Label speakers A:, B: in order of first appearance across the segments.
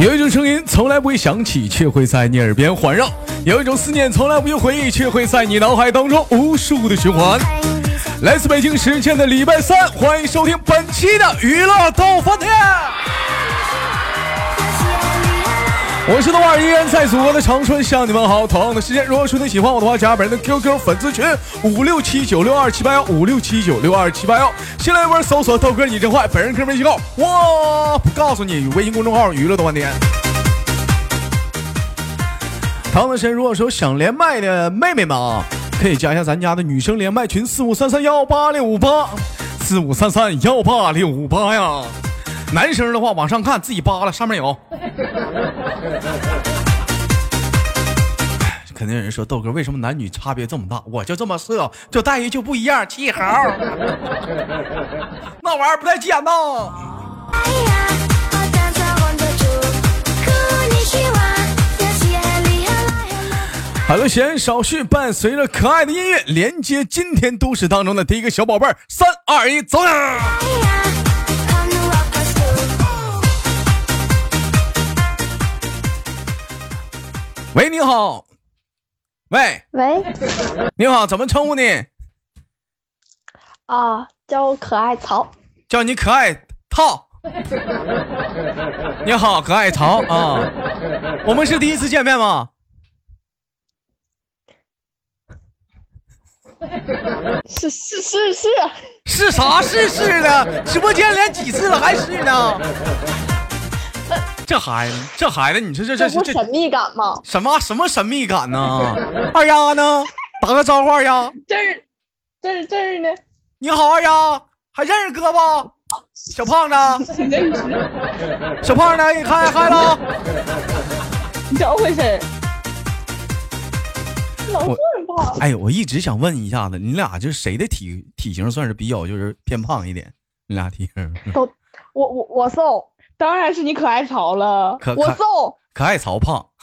A: 有一种声音从来不会响起，却会在你耳边环绕；有一种思念从来不用回忆，却会在你脑海当中无数的循环。来自北京时间的礼拜三，欢迎收听本期的娱乐逗翻天。我是豆瓣儿，依然在祖国的长春向你们好。同样的时间，如果说你喜欢我的话，加本人的 QQ 粉丝群五六七九六二七八幺五六七九六二七八幺，新浪微博搜索豆哥你真坏，本人个人微信号，我不告诉你，微信公众号娱乐豆瓣天。唐的神，如果说想连麦的妹妹们啊，可以加一下咱家的女生连麦群四五三三幺八六五八，四五三三幺八六五八呀。男生的话往上看，自己扒拉，上面有。肯定有人说豆哥为什么男女差别这么大？我就这么色，这待遇就不一样，气猴。那玩意儿不太简单。好了，闲言少叙，伴随着可爱的音乐，连接今天都市当中的第一个小宝贝儿。三二一，走呀！喂，你好。喂，
B: 喂，
A: 你好，怎么称呼你？
B: 啊，叫我可爱曹，
A: 叫你可爱套。你好，可爱曹啊，我们是第一次见面吗？
B: 是是是是，
A: 是啥是是的？直播间连几次了还是呢？这孩子，这孩子，你说这这
B: 不
A: 这
B: 神秘感吗？
A: 什么什么神秘感呢？二丫呢？打个招呼，二丫，
B: 这儿，这儿，这儿呢？
A: 你好，二丫，还认识哥不？小胖子，
B: 认识，
A: 小胖子，你嗨嗨了。
B: 你怎么回事？老
A: 我
B: 棍吧，
A: 哎，我一直想问一下子，你俩就是谁的体体型算是比较就是偏胖一点？你俩体型，
B: 都，我我我瘦，
C: 当然是你可爱潮了，
A: 可
B: 我
A: 可
B: 瘦，
A: 可爱曹胖。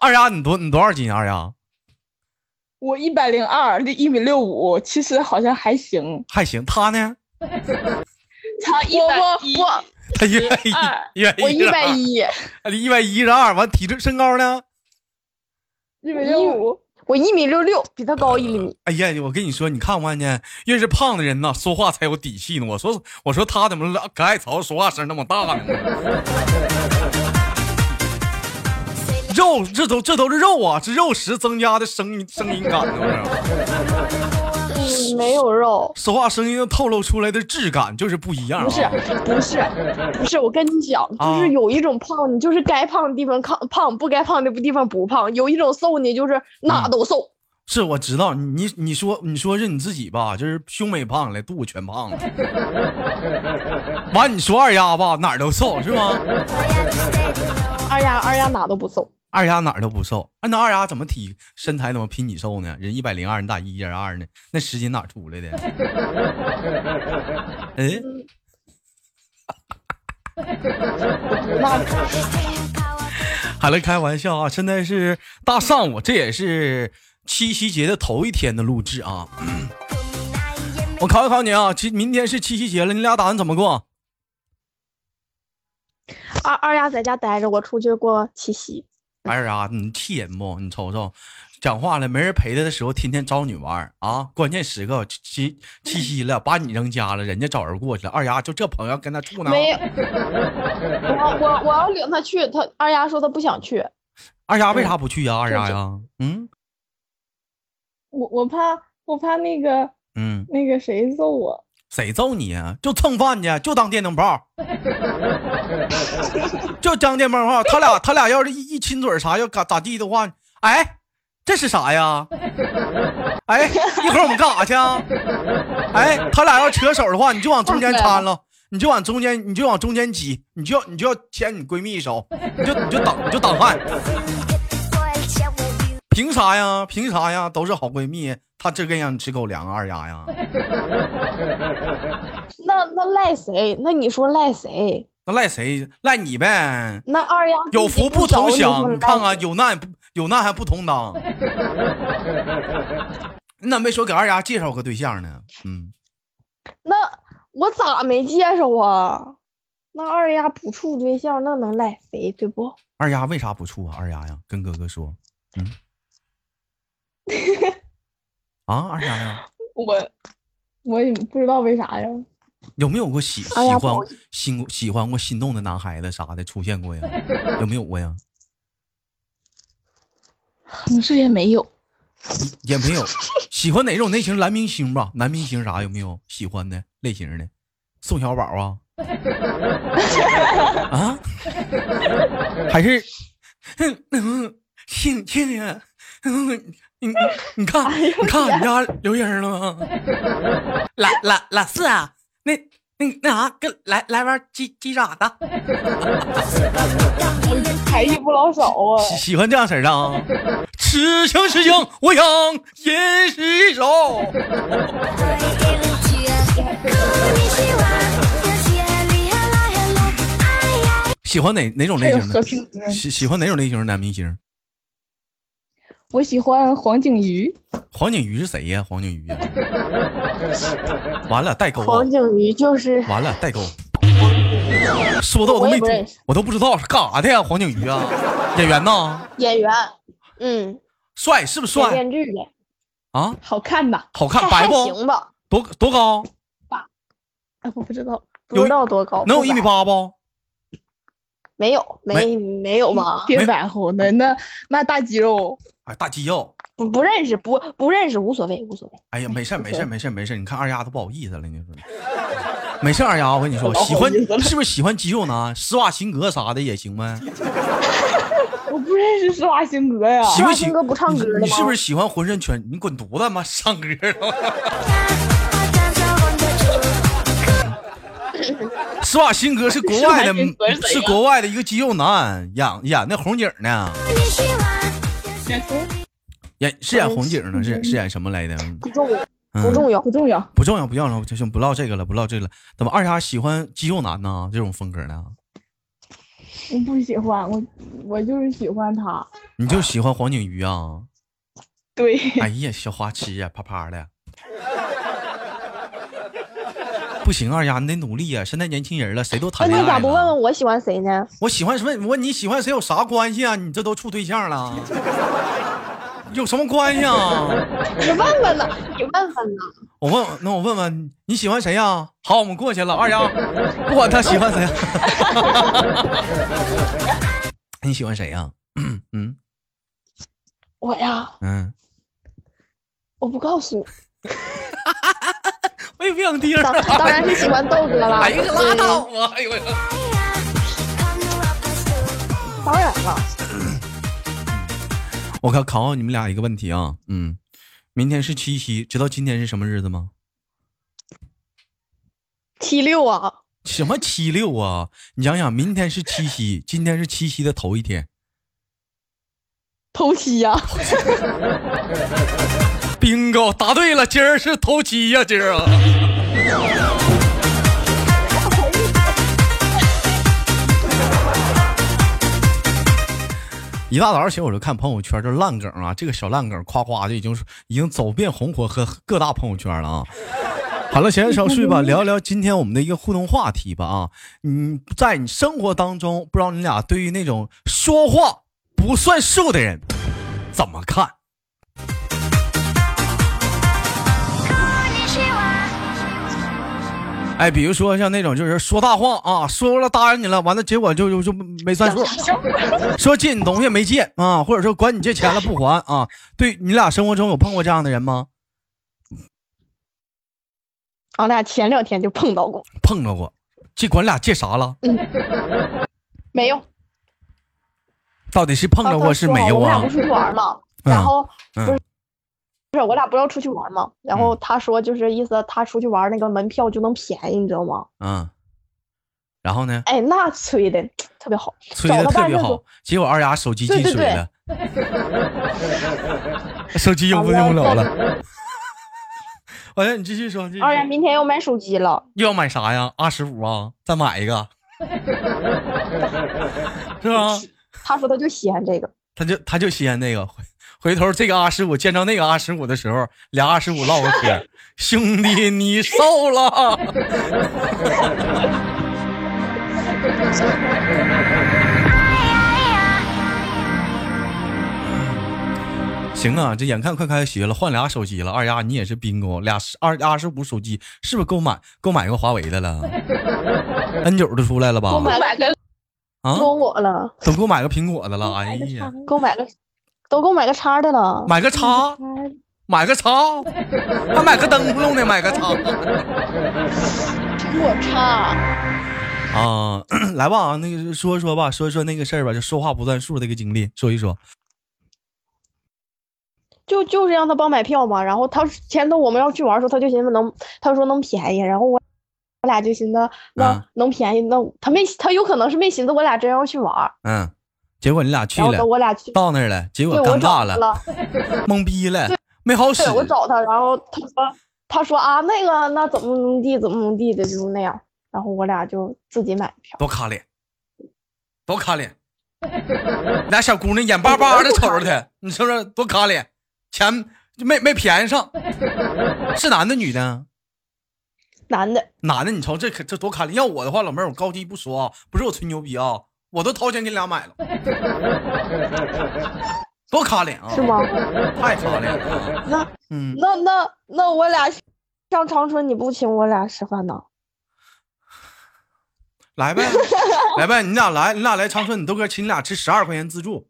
A: 二丫，你多你多少斤啊？二丫
C: 我一百零二，这一米六五，其实好像还行。
A: 还行，他呢？
C: 他一
B: 我
C: 百
B: 我
C: 一，
B: 我
A: 他一百一，一百一，
B: 我一百，一，
A: 一百一十二。完，体重身高呢？
C: 一米六五，
B: 1.65我一米六六，比他高一厘米。
A: 哎呀，我跟你说，你看不看见？越是胖的人呐，说话才有底气呢。我说，我说他怎么了可爱曹说话声那么大呢？肉，这都这都是肉啊，这肉食增加的声音声音感呢，不是
B: 嗯，没有肉。
A: 说话声音透露出来的质感就是不一样、啊。
B: 不是不是不是，我跟你讲，就
A: 啊
B: 是有一种胖，你就是该胖的地方胖胖，不该胖的地方不胖；有一种瘦，你就是哪
A: 嗯
B: 都瘦。
A: 是我知道你你你说你说是你自己吧，就是胸没胖了，肚子全胖了。完，你说二丫吧，哪儿都瘦是吗？
B: 二丫二丫哪都不瘦，
A: 二丫哪儿都不瘦，啊那二丫怎么体身材怎么比你瘦呢？人一百零二，你咋一人二呢？那十斤哪儿出来的？ 嗯，
B: 那
A: 好了，开玩笑啊！现在是大上午，这也是七夕节的头一天的录制啊。我考一考你啊，其明天是七夕节了，你俩打算怎么过？
B: 二二丫在家待着，我出去过七夕。
A: 二丫，哎你气人不？你瞅瞅，讲话了，没人陪她的时候，天天招你玩儿啊！关键时刻七七夕了，把你扔家了，人家找人过去了。二丫就这朋友跟她处呢？
B: 没有， 我我我要领她去，她二丫说她不想去，
A: 二丫为啥不去呀、二丫
B: 嗯就
A: 呀？嗯
C: 我我怕我怕那个
A: 嗯，
C: 那个谁揍我，
A: 谁揍你呀、就蹭饭去，就当电灯泡，就当电灯泡。他俩他俩要是一一亲嘴儿啥要咋咋地的话，哎，这是啥呀？哎，一会儿我们干啥去啊？哎，他俩要扯手的话，你就往中间掺了。你就往中间，你就往中间挤，你就你就要牵你闺蜜一手，你就你就挡你就挡汗，凭啥呀？凭啥呀？都是好闺蜜，她这个让你吃狗粮啊，二丫呀？
B: 那那赖谁？那你说赖谁？
A: 那赖谁？赖你呗。
B: 那二丫
A: 有福不
B: 着
A: 同
B: 你说
A: 享，你看
B: 赖
A: 看，有难不有难还不同当。你咋没说给二丫介绍个对象呢？嗯，
B: 那我咋没介绍啊？那二丫不处对象，那能赖谁对不？
A: 二丫为啥不处啊？二丫呀，跟哥哥说，嗯，啊，二丫呀，
C: 我我也不知道为啥呀，
A: 有没有过喜喜
B: 哎呀
A: 欢
B: 不好意
A: 心喜欢过心动的男孩子啥的出现过呀？有没有过呀？
C: 可能是也没有。
A: 也没有。喜欢哪种类型？男明星吧，男明星啥有没有喜欢的类型的？宋小宝 啊？啊？还是？嗯，倩倩倩，嗯，你你你
C: 哎
A: 看，你看你家刘英儿了吗？老老老四啊，那那那啥，跟来来玩鸡鸡爪子。
C: 哎才艺不老少啊，
A: 喜喜欢这样式儿的啊？此情此景，我想吟诗一首。喜欢哪哪种
C: 还
A: 类
C: 有
A: 型
C: 和
A: 的？
C: 平鸽
A: 喜喜欢哪种类型的男明星？
C: 我喜欢黄景瑜，
A: 黄景瑜是谁呀？黄景瑜呀、啊完了，代沟啊、
B: 黄景瑜就是
A: 完了，代沟。说的我都
B: 我
A: 没
B: 也不认识，
A: 我都不知道是干啥的呀？黄景瑜啊， 演员呐，
B: 演员，嗯，
A: 帅是不是
B: 演
A: 帅
B: 电视的，
A: 啊？
C: 好看吧？
A: 好看，
B: 还
A: 白
B: 还
A: 不？
B: 行吧，
A: 多多高？
C: 啊，我不知道，
A: 有
B: 不知道多高，
A: 能有
B: 不
A: 一米
B: 白？
A: 八不？
B: 没有，没没有
A: 啊
B: 吗？
C: 别白活呢，那那大肌肉，
A: 哎，大肌肉。
B: 不不认识，不不认识无所谓，无所谓。
A: 哎呀，没事儿
C: 不
A: 没事
C: 错
A: 儿没事儿没事儿，你看二丫都不好意思了，你说，没事儿二丫，我跟你说，
C: 老
A: 喜
C: 好
A: 欢
C: 意思了
A: 是不是喜欢肌肉男，施瓦辛格啥的也行呗？
C: 我不认识施瓦辛格呀，
A: 喜不
B: 瓦
A: 喜
B: 辛格不唱歌
A: 你？
B: 的
A: 你是
B: 吗
A: 不是喜欢浑身全？你滚犊子妈唱歌了！施瓦辛格是国外的
C: 施瓦辛格是，谁
A: 是
C: 呀
A: 国外的一个肌肉男，演演那红警呢，演是演红警呢，是是演什么来的？
B: 不重要，不
A: 嗯，
B: 重要
C: 不。重要，
A: 不重要不重要了，就先不唠这个了，不唠这个了。怎么二丫喜欢肌肉男呢？这种风格呢？
C: 我不喜欢，我我就是喜欢
A: 哎
C: 他，
A: 你就喜欢黄景瑜啊？
C: 对，
A: 哎呀，小花痴呀、啪啪的。不行，二丫，你得努力啊呀、现在年轻人了，谁都
B: 那
A: 谈
B: 你
A: 恋爱
B: 咋不
A: 了
B: 问问我喜欢谁呢？
A: 我喜欢什么？我问你喜欢谁有啥关系啊？你这都处对象了，有什么关系啊？
B: 你问问呢？你问问呢？
A: 我问，那我问问你喜欢谁呀、好，我们过去了。二丫，不管他喜欢 谁，啊你喜欢谁呀、嗯嗯
B: 我呀，
A: 嗯，
B: 我不告诉你，
A: 我也不想听。
B: 当当然是喜欢豆哥了。
A: 哎呀，可拉
B: 对
A: 倒吧！哎呦我操！
B: 当然了，
A: 我考考你们俩一个问题啊，嗯，明天是七夕，知道今天是什么日子吗？
B: 七六啊，
A: 什么七六啊？你想想，明天是七夕，今天是七夕的头一天，
C: 偷袭呀，
A: bingo，答啊对了，今儿是头七呀、今儿啊。 一大早起我就看朋友圈，这烂梗啊，这个小烂梗夸夸就已经是已经走遍红火和各大朋友圈了啊。 好了，闲言少叙吧，聊一聊今天我们的一个互动话题吧啊。嗯，在你生活当中，不知道你俩对于那种说话不算数的人怎么看？哎，比如说像那种就是说大话啊，说了答应你了，完了结果就就就没算 数，说借你东西没借啊，或者说管你借钱了不还啊，对你俩生活中有碰过这样的人吗？
B: 俺俩啊前两天就碰到过，
A: 碰着过，这管俩借啥了？
B: 没有。
A: 到底是碰着
B: 刚
A: 过
B: 才
A: 是
B: 说
A: 没有
B: 哦我
A: 啊
B: 们俩不？出去玩嘛，
A: 嗯
B: 然后
A: 嗯
B: 不是不是我俩不要出去玩嘛，然后他说就是意思他出去玩那个门票就能便宜，你知道吗？
A: 嗯，然后呢，
B: 哎，那吹的特别好，
A: 吹
B: 找
A: 的
B: 了
A: 特
B: 半
A: 别
B: 阵
A: 好
B: 子，
A: 结果二丫手机进
B: 对对
A: 水了， 手机用不
B: 完了
A: 用不了了。 完了，你继续说，继续说
B: 二丫明天要买手机了，
A: 又要买啥呀？二十五啊，再买一个，是吧？
B: 他说他就喜欢这个，
A: 他就他就嫌那个，回回头这个二十五见着那个二十五的时候，俩二十五唠个嗑，兄弟你瘦了。行啊，这眼看快开学了，换俩手机了。二丫，你也是宾狗，俩十二二十五手机是不是购买购买个华为的了？N 九都出来了吧？
B: 购买
C: 买个
A: 啊，
B: 都我了，
A: 都购买个苹果的了。哎呀，
B: 给我买个，都给我买个叉的了。
A: 买个叉，买个叉， 还买个灯笼呢，买个叉
B: 苹果叉，
A: 啊！ 来吧，那个说一说吧，说一说那个事儿吧，就说话不算数的一个经历，说一说。
B: 就就是让他帮买票嘛。然后他前头我们要去玩的时候，他就寻思能，他说能便宜。然后我我俩就寻思
A: 啊
B: 那能便宜，那他没他有可能是没寻思我俩真要去玩。
A: 嗯，结果你俩去
B: 然后
A: 了
B: 哎等，我俩去，
A: 到那儿了，结果
B: 对我
A: 尴尬
B: 找
A: 了
B: 他，了，
A: 懵逼了，没好使
B: 对。我找他，然后他说他说啊那个那怎么怎么地怎么怎么地的，就是那样。然后我俩就自己买的票。
A: 多卡脸，多卡脸，俩小姑娘眼巴巴的瞅着他，你瞅瞅多卡脸，钱就没没便宜上，是男的啊女的？
B: 男的，
A: 男的，你瞅这可这多卡脸。要我的话，老妹儿，我高低不说啊，不是我吹牛逼啊，我都掏钱给你俩买 了，多卡脸啊，
B: 是吗？
A: 太卡脸了啊，
B: 那
A: 嗯。
B: 那那那我俩上长春，你不请我俩吃饭呢？
A: 来 呗，来呗，你俩来，你俩来长春，你豆哥请你俩吃啊十二块钱自助，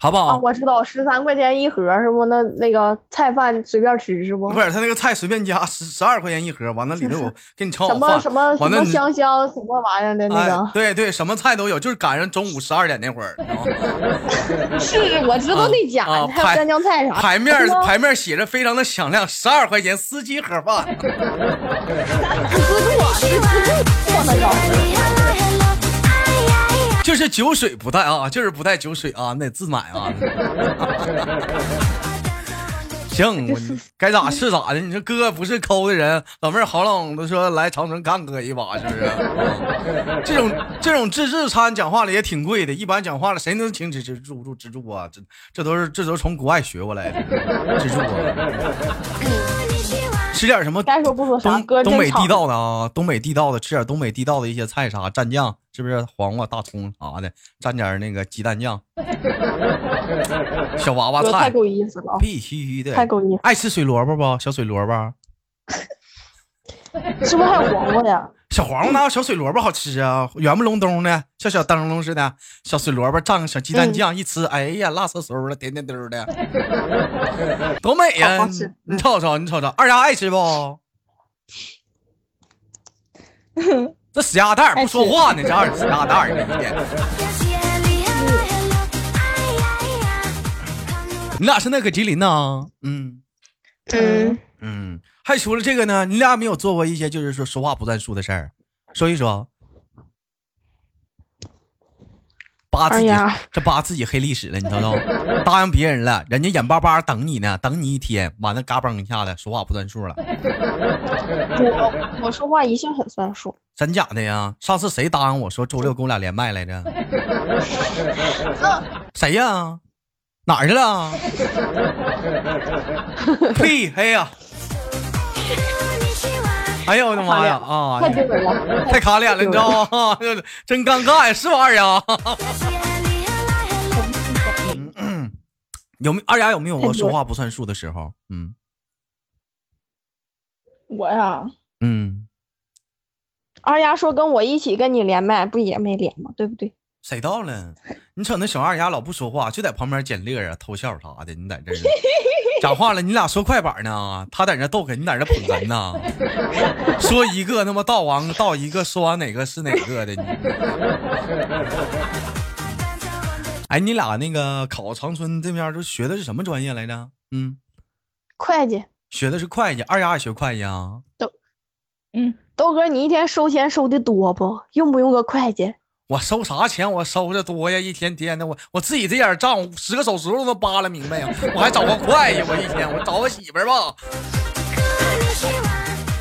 A: 好不
B: 啊，
A: 好？
B: 我知道，十三块钱一盒是不？那那个菜饭随便吃是不？
A: 不是他那个菜随便加十十二块钱一盒，完了里头有给你炒
B: 什
A: 好
B: 么
A: 饭，
B: 什么什
A: 完了
B: 么
A: 你
B: 香香什么玩意儿的那
A: 哎
B: 个？，
A: 对对，什么菜都有，就是赶上中午十二点那会 儿，你知道吗
B: 是，我知道那
A: 啊
B: 家
A: 啊
B: 还有
A: 排
B: 干酱菜啥。
A: 牌面
B: 是吗
A: 牌面写着非常的响亮，十二块钱司机盒饭，就是酒水不带啊，就是不带酒水啊，你得自买啊。 行，我该咋是咋的。你说哥不是抠的人，老妹儿好冷都说来长春看哥一把，是不是？啊 这种这种自助餐讲话了也挺贵的，一般讲话了谁能请吃吃住住吃住啊？这这都是这都是从国外学过来的，吃住啊，吃点什么
B: 该说不说啥，
A: 东
B: 哥
A: 东
B: 真
A: 北地
B: 敞
A: 道的啊，东北地道的，吃点东北地道的一些菜啥蘸酱，是不是黄瓜、大葱啥的，蘸点那个鸡蛋酱，小娃娃
B: 哥太
A: 菜，
B: 够意思了啊，
A: 必须的。
B: 太够意
A: 爱吃水萝卜不？小水萝卜，
B: 思。是不是还有黄瓜呀？
A: 小黄瓜哪有小水萝卜好吃啊？圆不隆咚的，像小灯笼似的。小水萝卜蘸个小鸡蛋酱，一吃，
B: 嗯
A: 哎呀，辣嗖嗖的，甜甜溜的， 多美呀、
B: 好好吃
A: 你瞅瞅，你瞅瞅，二丫爱吃 不？这死鸭蛋儿不说话呢，这二死鸭蛋儿呢一天。你俩现在搁吉林呢？嗯
B: 嗯，
A: 嗯，还除了这个呢，你俩没有做过一些就是说说话不算数的事儿，说一说。扒自己
B: 哎呀，
A: 这扒自己黑历史了，你瞅瞅，答应别人了，人家眼巴巴等你呢，等你一天，完了嘎嘣一下子说话不算数了，
B: 我我说话一向很算数，
A: 真假的呀？上次谁答应我说周六跟我俩连麦来着？谁呀？哪儿去 了？呸！哎呀，哎呦我的妈呀！啊，
B: 太丢人了。
A: 太卡脸了，你知道吗？ 真尴尬呀，是吧，二丫？ 有没二丫有没有过说话不算数的时候？嗯
C: 我呀，
A: 嗯，
B: 二丫说跟我一起跟你连麦，不也没连吗？对不对？
A: 谁到了？你瞅那小二丫老不说话，就在旁边捡乐儿啊，偷笑啥的。你在这儿讲话了，你俩说快板呢，他在那逗哏，你在那捧哏呢，说一个他妈道完道一个，说完哪个是哪个的。你哎，你俩那个考长春这边都学的是什么专业来着？嗯。
B: 会计，
A: 学的是会计，二丫也学会计啊。
C: 嗯，
B: 豆哥，你一天收钱收的多不？用不用个会计？
A: 我收啥钱？我收的多呀，一天天的，我我自己这点账，十个手指头都扒拉明白呀。我还找个会计，我一天我找个媳妇儿吧。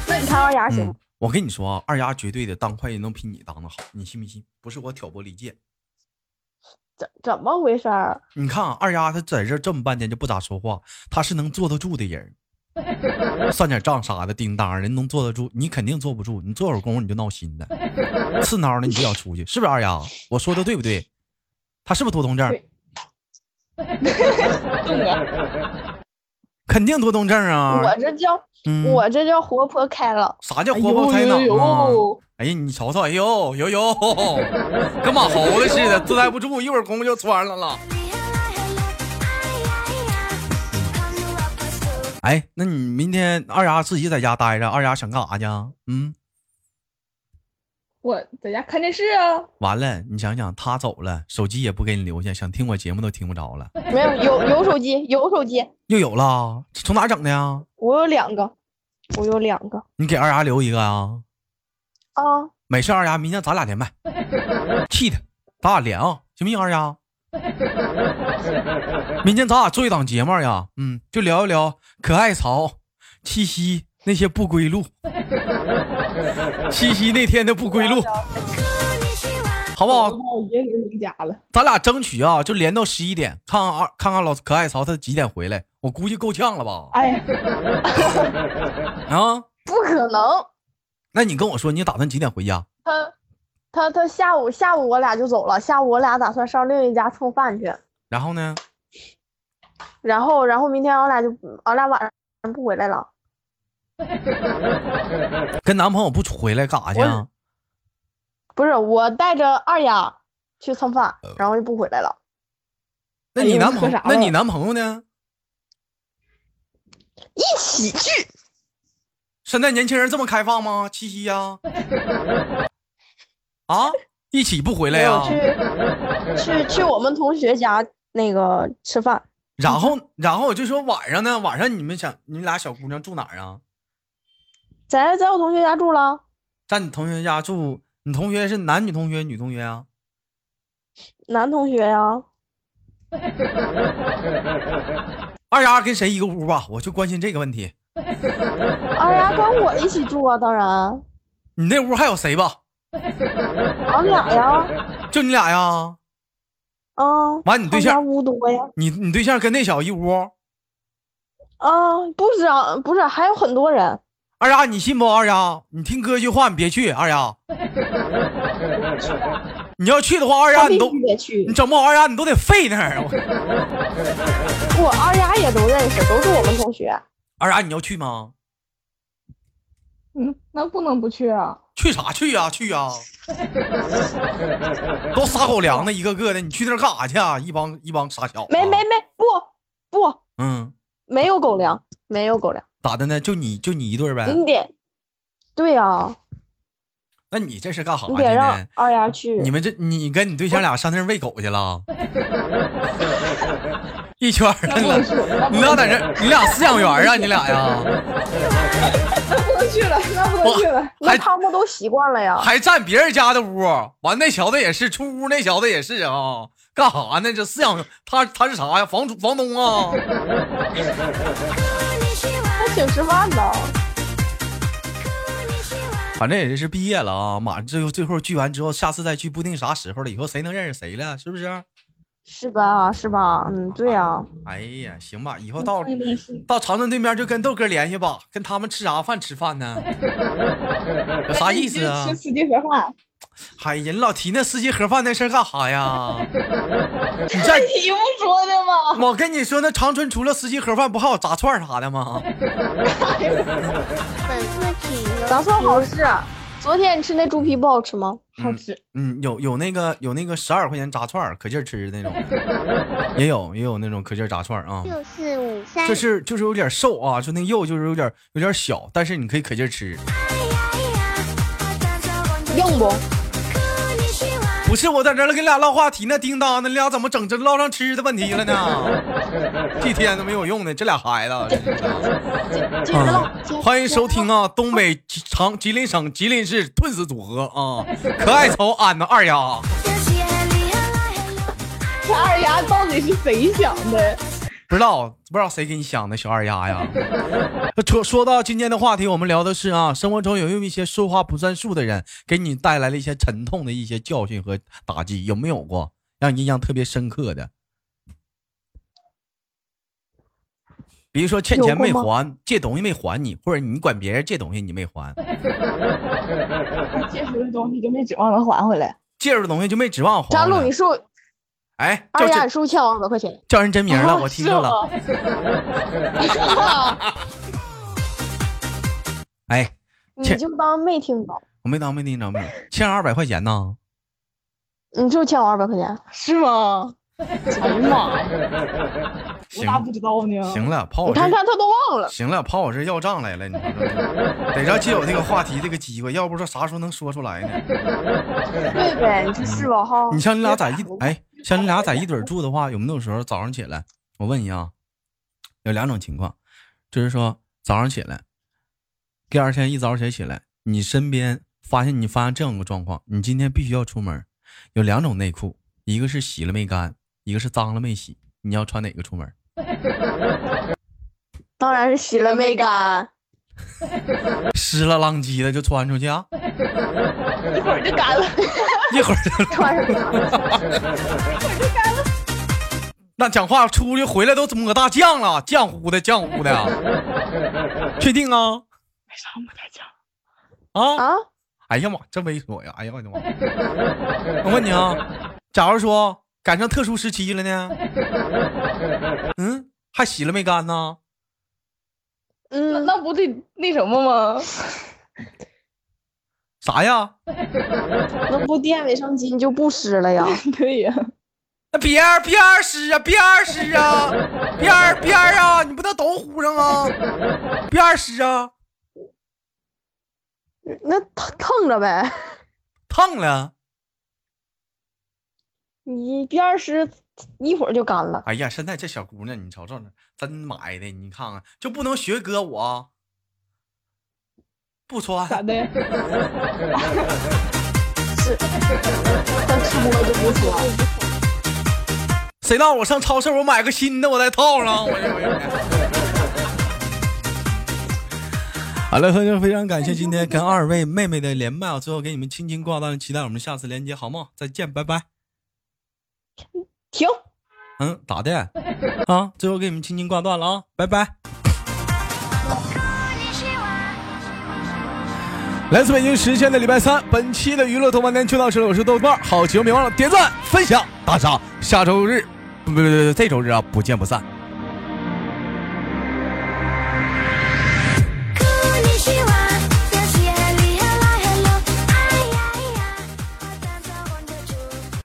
B: 那你看二丫行吗
A: 嗯？，我跟你说啊，二丫绝对的当会计能比你当的好，你信不信？不是我挑拨离间。
B: 怎怎么回事儿？
A: 你看啊，二丫她在这儿这么半天就不咋说话，她是能坐得住的人。算点账啥的，叮当，人能坐得住，你肯定坐不住。你做会儿功夫你就闹心的，刺挠的你就想出去，是不是二丫？我说的对不对？他是不是多动症？
C: 对动啊，
A: 肯定多动症啊！
B: 我这叫
A: 嗯、
B: 我这叫活泼开朗。
A: 啥叫活泼开朗
C: 哎呦
A: 啊
C: 呦呦？
A: 哎呀，你瞅瞅，哎呦呦 呦，跟马猴子似的，姿态不住，一会儿功夫就穿上了。哎，那你明天二丫自己在家待着，二丫想干啥去啊？嗯，
C: 我在家看电视啊，
A: 完了，你想想，他走了，手机也不给你留下，想听我节目都听不着了。
B: 没有有有手机，有手机，
A: 又有了，从哪整的呀？
B: 我有两个，我有两个
A: 你给二丫留一个啊？
B: 啊。
A: 没事，二丫，明天咱俩连麦，气他，咱俩连啊，行不行？二丫，明天咱俩做一档节目呀，嗯，就聊一聊可爱潮、七夕那些不归路，七夕那天的不归路，好不
C: 我
A: 好
C: 都？把我爷给回家了。
A: 咱俩争取啊，就连到十一点，看看二看看老可爱潮他几点回来，我估计够呛了吧？
C: 哎呀，
A: 啊，
B: 不可能，
A: 那你跟我说，你打算几点回家？
B: 他他他下午下午我俩就走了，下午我俩打算上另一家蹭饭去，
A: 然后呢？
B: 然后然后明天俺俩就俺俩晚上不回来了。
A: 跟男朋友不回来干啥去啊？
B: 不是我带着二丫去蹭饭，然后就不回来了。
A: 那你
C: 哎呦
A: 男朋
C: 喝
A: 友
C: 啥，
A: 那你
C: 了
A: 男朋友呢？
B: 一起去，
A: 现在年轻人这么开放吗？七夕呀、啊，一起不回来
B: 没
A: 呀、
B: 有去去去我们同学家那个吃饭。
A: 然后，然后我就说晚上呢，晚上你们想，你俩小姑娘住哪儿啊？
B: 在在我同学家住了，
A: 在你同学家住？你同学是男女同学，女同学啊？
B: 男同学呀、
A: 二丫跟谁一个屋啊吧？我就关心这个问题。
B: 二丫跟我一起住啊，当然，
A: 你那屋还有谁吧？
B: 俺俩呀，
A: 就你俩呀？
B: 啊，
A: 完，你对
B: 他家
A: 象，
B: 屋多呀，
A: 你你对象跟那小一屋？
B: 啊，不止啊，不是，还有很多人，
A: 二丫，你信不？二丫，你听哥一句话，你别去。二丫，你要去的话，二丫
B: 他
A: 你
B: 必
A: 都
B: 须得
A: 你
B: 去。
A: 整不好二丫你都得废那儿。啊我
B: 我二丫也都认识，都是我们同学。
A: 二丫，你要去吗？
C: 嗯，那不能不去啊。
A: 去啥去呀、去呀、都撒狗粮的，一个个的，你去那儿干啥去啊？一帮一帮傻小子、
B: 没没没，不不，
A: 嗯，
B: 没有狗粮，没有狗粮，
A: 咋的呢？就你就你一对儿呗？
B: 你得，对呀、啊，
A: 那哦你这是干啥去
B: 你得让
A: 呢？
B: 二丫去。
A: 你们这你跟你对象俩上那儿喂狗去 了？一圈儿
C: 那
A: 的
C: 不能
A: 了，
C: 去，那不
A: 你俩在这儿，你俩饲养员儿啊？你俩 呀，
C: 那不能去了，那不能去了。
B: 那
A: 还
B: 他们都习惯了呀。
A: 还占别人家的屋？完那小子也是出屋，那小子也是啊，干啥呢？这饲养员他他是啥呀？房主房东 啊？
B: 他请吃饭呢。
A: 反正也是毕业了啊，马上最后最后聚完之后，下次再聚不定啥时候了，以后谁能认识谁了，是不是？
B: 是吧？是吧？嗯，对呀、
A: 哎呀，行吧，以后到
C: 那不能去
A: 到长春对面就跟豆哥联系吧，跟他们吃啥饭吃饭 呢？有啥意思啊
C: 吃？吃鸡盒饭。
A: 哎呀，你老提那司机盒饭那事儿干啥呀？你这
C: 你不说的吗？
A: 我跟你说，那长春除了司机盒饭，不还有炸串啥的吗？
B: 杂串好吃。啊昨天你吃那猪皮不好吃吗？
C: 好吃。
A: 嗯，有有那个有那个十二块钱炸串儿可劲儿吃的那种，也有也有那种可劲儿炸串儿啊。
D: 六四五三，
A: 就是就是有点瘦啊，就那个肉就是有点有点小，但是你可以可劲儿吃。
B: 硬不？
A: 不是我在这儿跟你俩唠话题呢，叮当的，你俩怎么整这唠上吃的问题了呢？一天都没有用的，这俩孩子真是的。
B: 接着唠。接着
A: 嗯欢迎收听啊，东北吉长吉林省吉林市吞噬组合啊，可爱潮俺的二丫。啊
C: 这二丫到底是谁想的？
A: 不知道不知道谁给你想的小二丫呀？说说到今天的话题，我们聊的是啊，生活中有没有一些说话不算数的人，给你带来了一些沉痛的一些教训和打击，有没有过让你印象特别深刻的？比如说欠
B: 有
A: 钱
B: 过
A: 没
B: 吗
A: 还，借东西没还你，或者你管别人借东西你没还，
C: 借出的东西就没指望能还回来。
A: 借着东西就没指望还了。
B: 张璐，你是不是
A: 哎，叫
B: 二丫，你
A: 这
B: 是不是欠我五百块钱？
A: 叫人真名
B: 哦
A: 了，我听着了。
B: 了。
A: 哎，
B: 你
A: 切
B: 就当没听着，
A: 我没当没听着没，欠二百块钱呢。
B: 你就欠我二百块钱。
C: 是吗？哎呀妈呀，我
A: 行
C: 咋不知道呢？
A: 行了，跑
B: 嗯你
A: 我这
B: 看看他都忘了，
A: 行了，跑我这要账来了，你说这得让借有这个话题这个机会，要不说啥时候能说出来呢？
B: 对呗？你说是吧？哈，
A: 你像你俩在一哎，像你俩在一堆儿住的话，有没有时候早上起来，我问你啊，有两种情况，就是说早上起来，第二天一早起来，你身边发现你发现这样一个状况，你今天必须要出门，有两种内裤，一个是洗了没干，一个是脏了没洗，你要穿哪个出门？
B: 当然是洗了没干。
A: 湿了浪叽的就穿出去啊，
C: 一会儿就干了。
A: 一会儿就。
B: 穿上它
A: 那讲话出去回来都抹大酱了，酱糊的酱糊的啊，确定啊？
C: 为啥没带讲？
A: 啊！
B: 啊，
A: 哎呀妈，真猥琐呀！哎呀我的妈！我问你啊，假如说赶上特殊时期了呢？嗯，还洗了没干呢？
C: 那
B: 嗯，
C: 那不得那什么吗？
A: 啥呀？
B: 那不垫卫生巾你就不湿了呀？
C: 对呀，
A: 那边儿边儿湿啊，边儿湿啊，边儿边儿啊，你不能都糊上啊，边儿湿啊，
B: 那烫烫着呗，
A: 烫了。
B: 你边儿湿一会儿就干了。
A: 哎呀，现在这小姑娘，你瞅瞅那真买的，你看看就不能学哥我，不
C: 咋
A: 穿。
C: 的？
B: 但吃播就不说了。
A: 谁让我上超市我买个新的，我再套上。我哎这我这。好了，非常非常感谢今天跟二位妹妹的连麦啊，最后给你们轻轻挂断，期待我们下次连接，好吗？再见，拜拜。
B: 停。
A: 嗯，咋的？啊，最后给你们轻轻挂断了啊，拜拜。来自北京时间的礼拜三，本期的娱乐豆瓣天就到这里，我是豆瓣儿，好节目别忘了点赞、分享、打赏，下周日不不不，这周日啊，不见不散。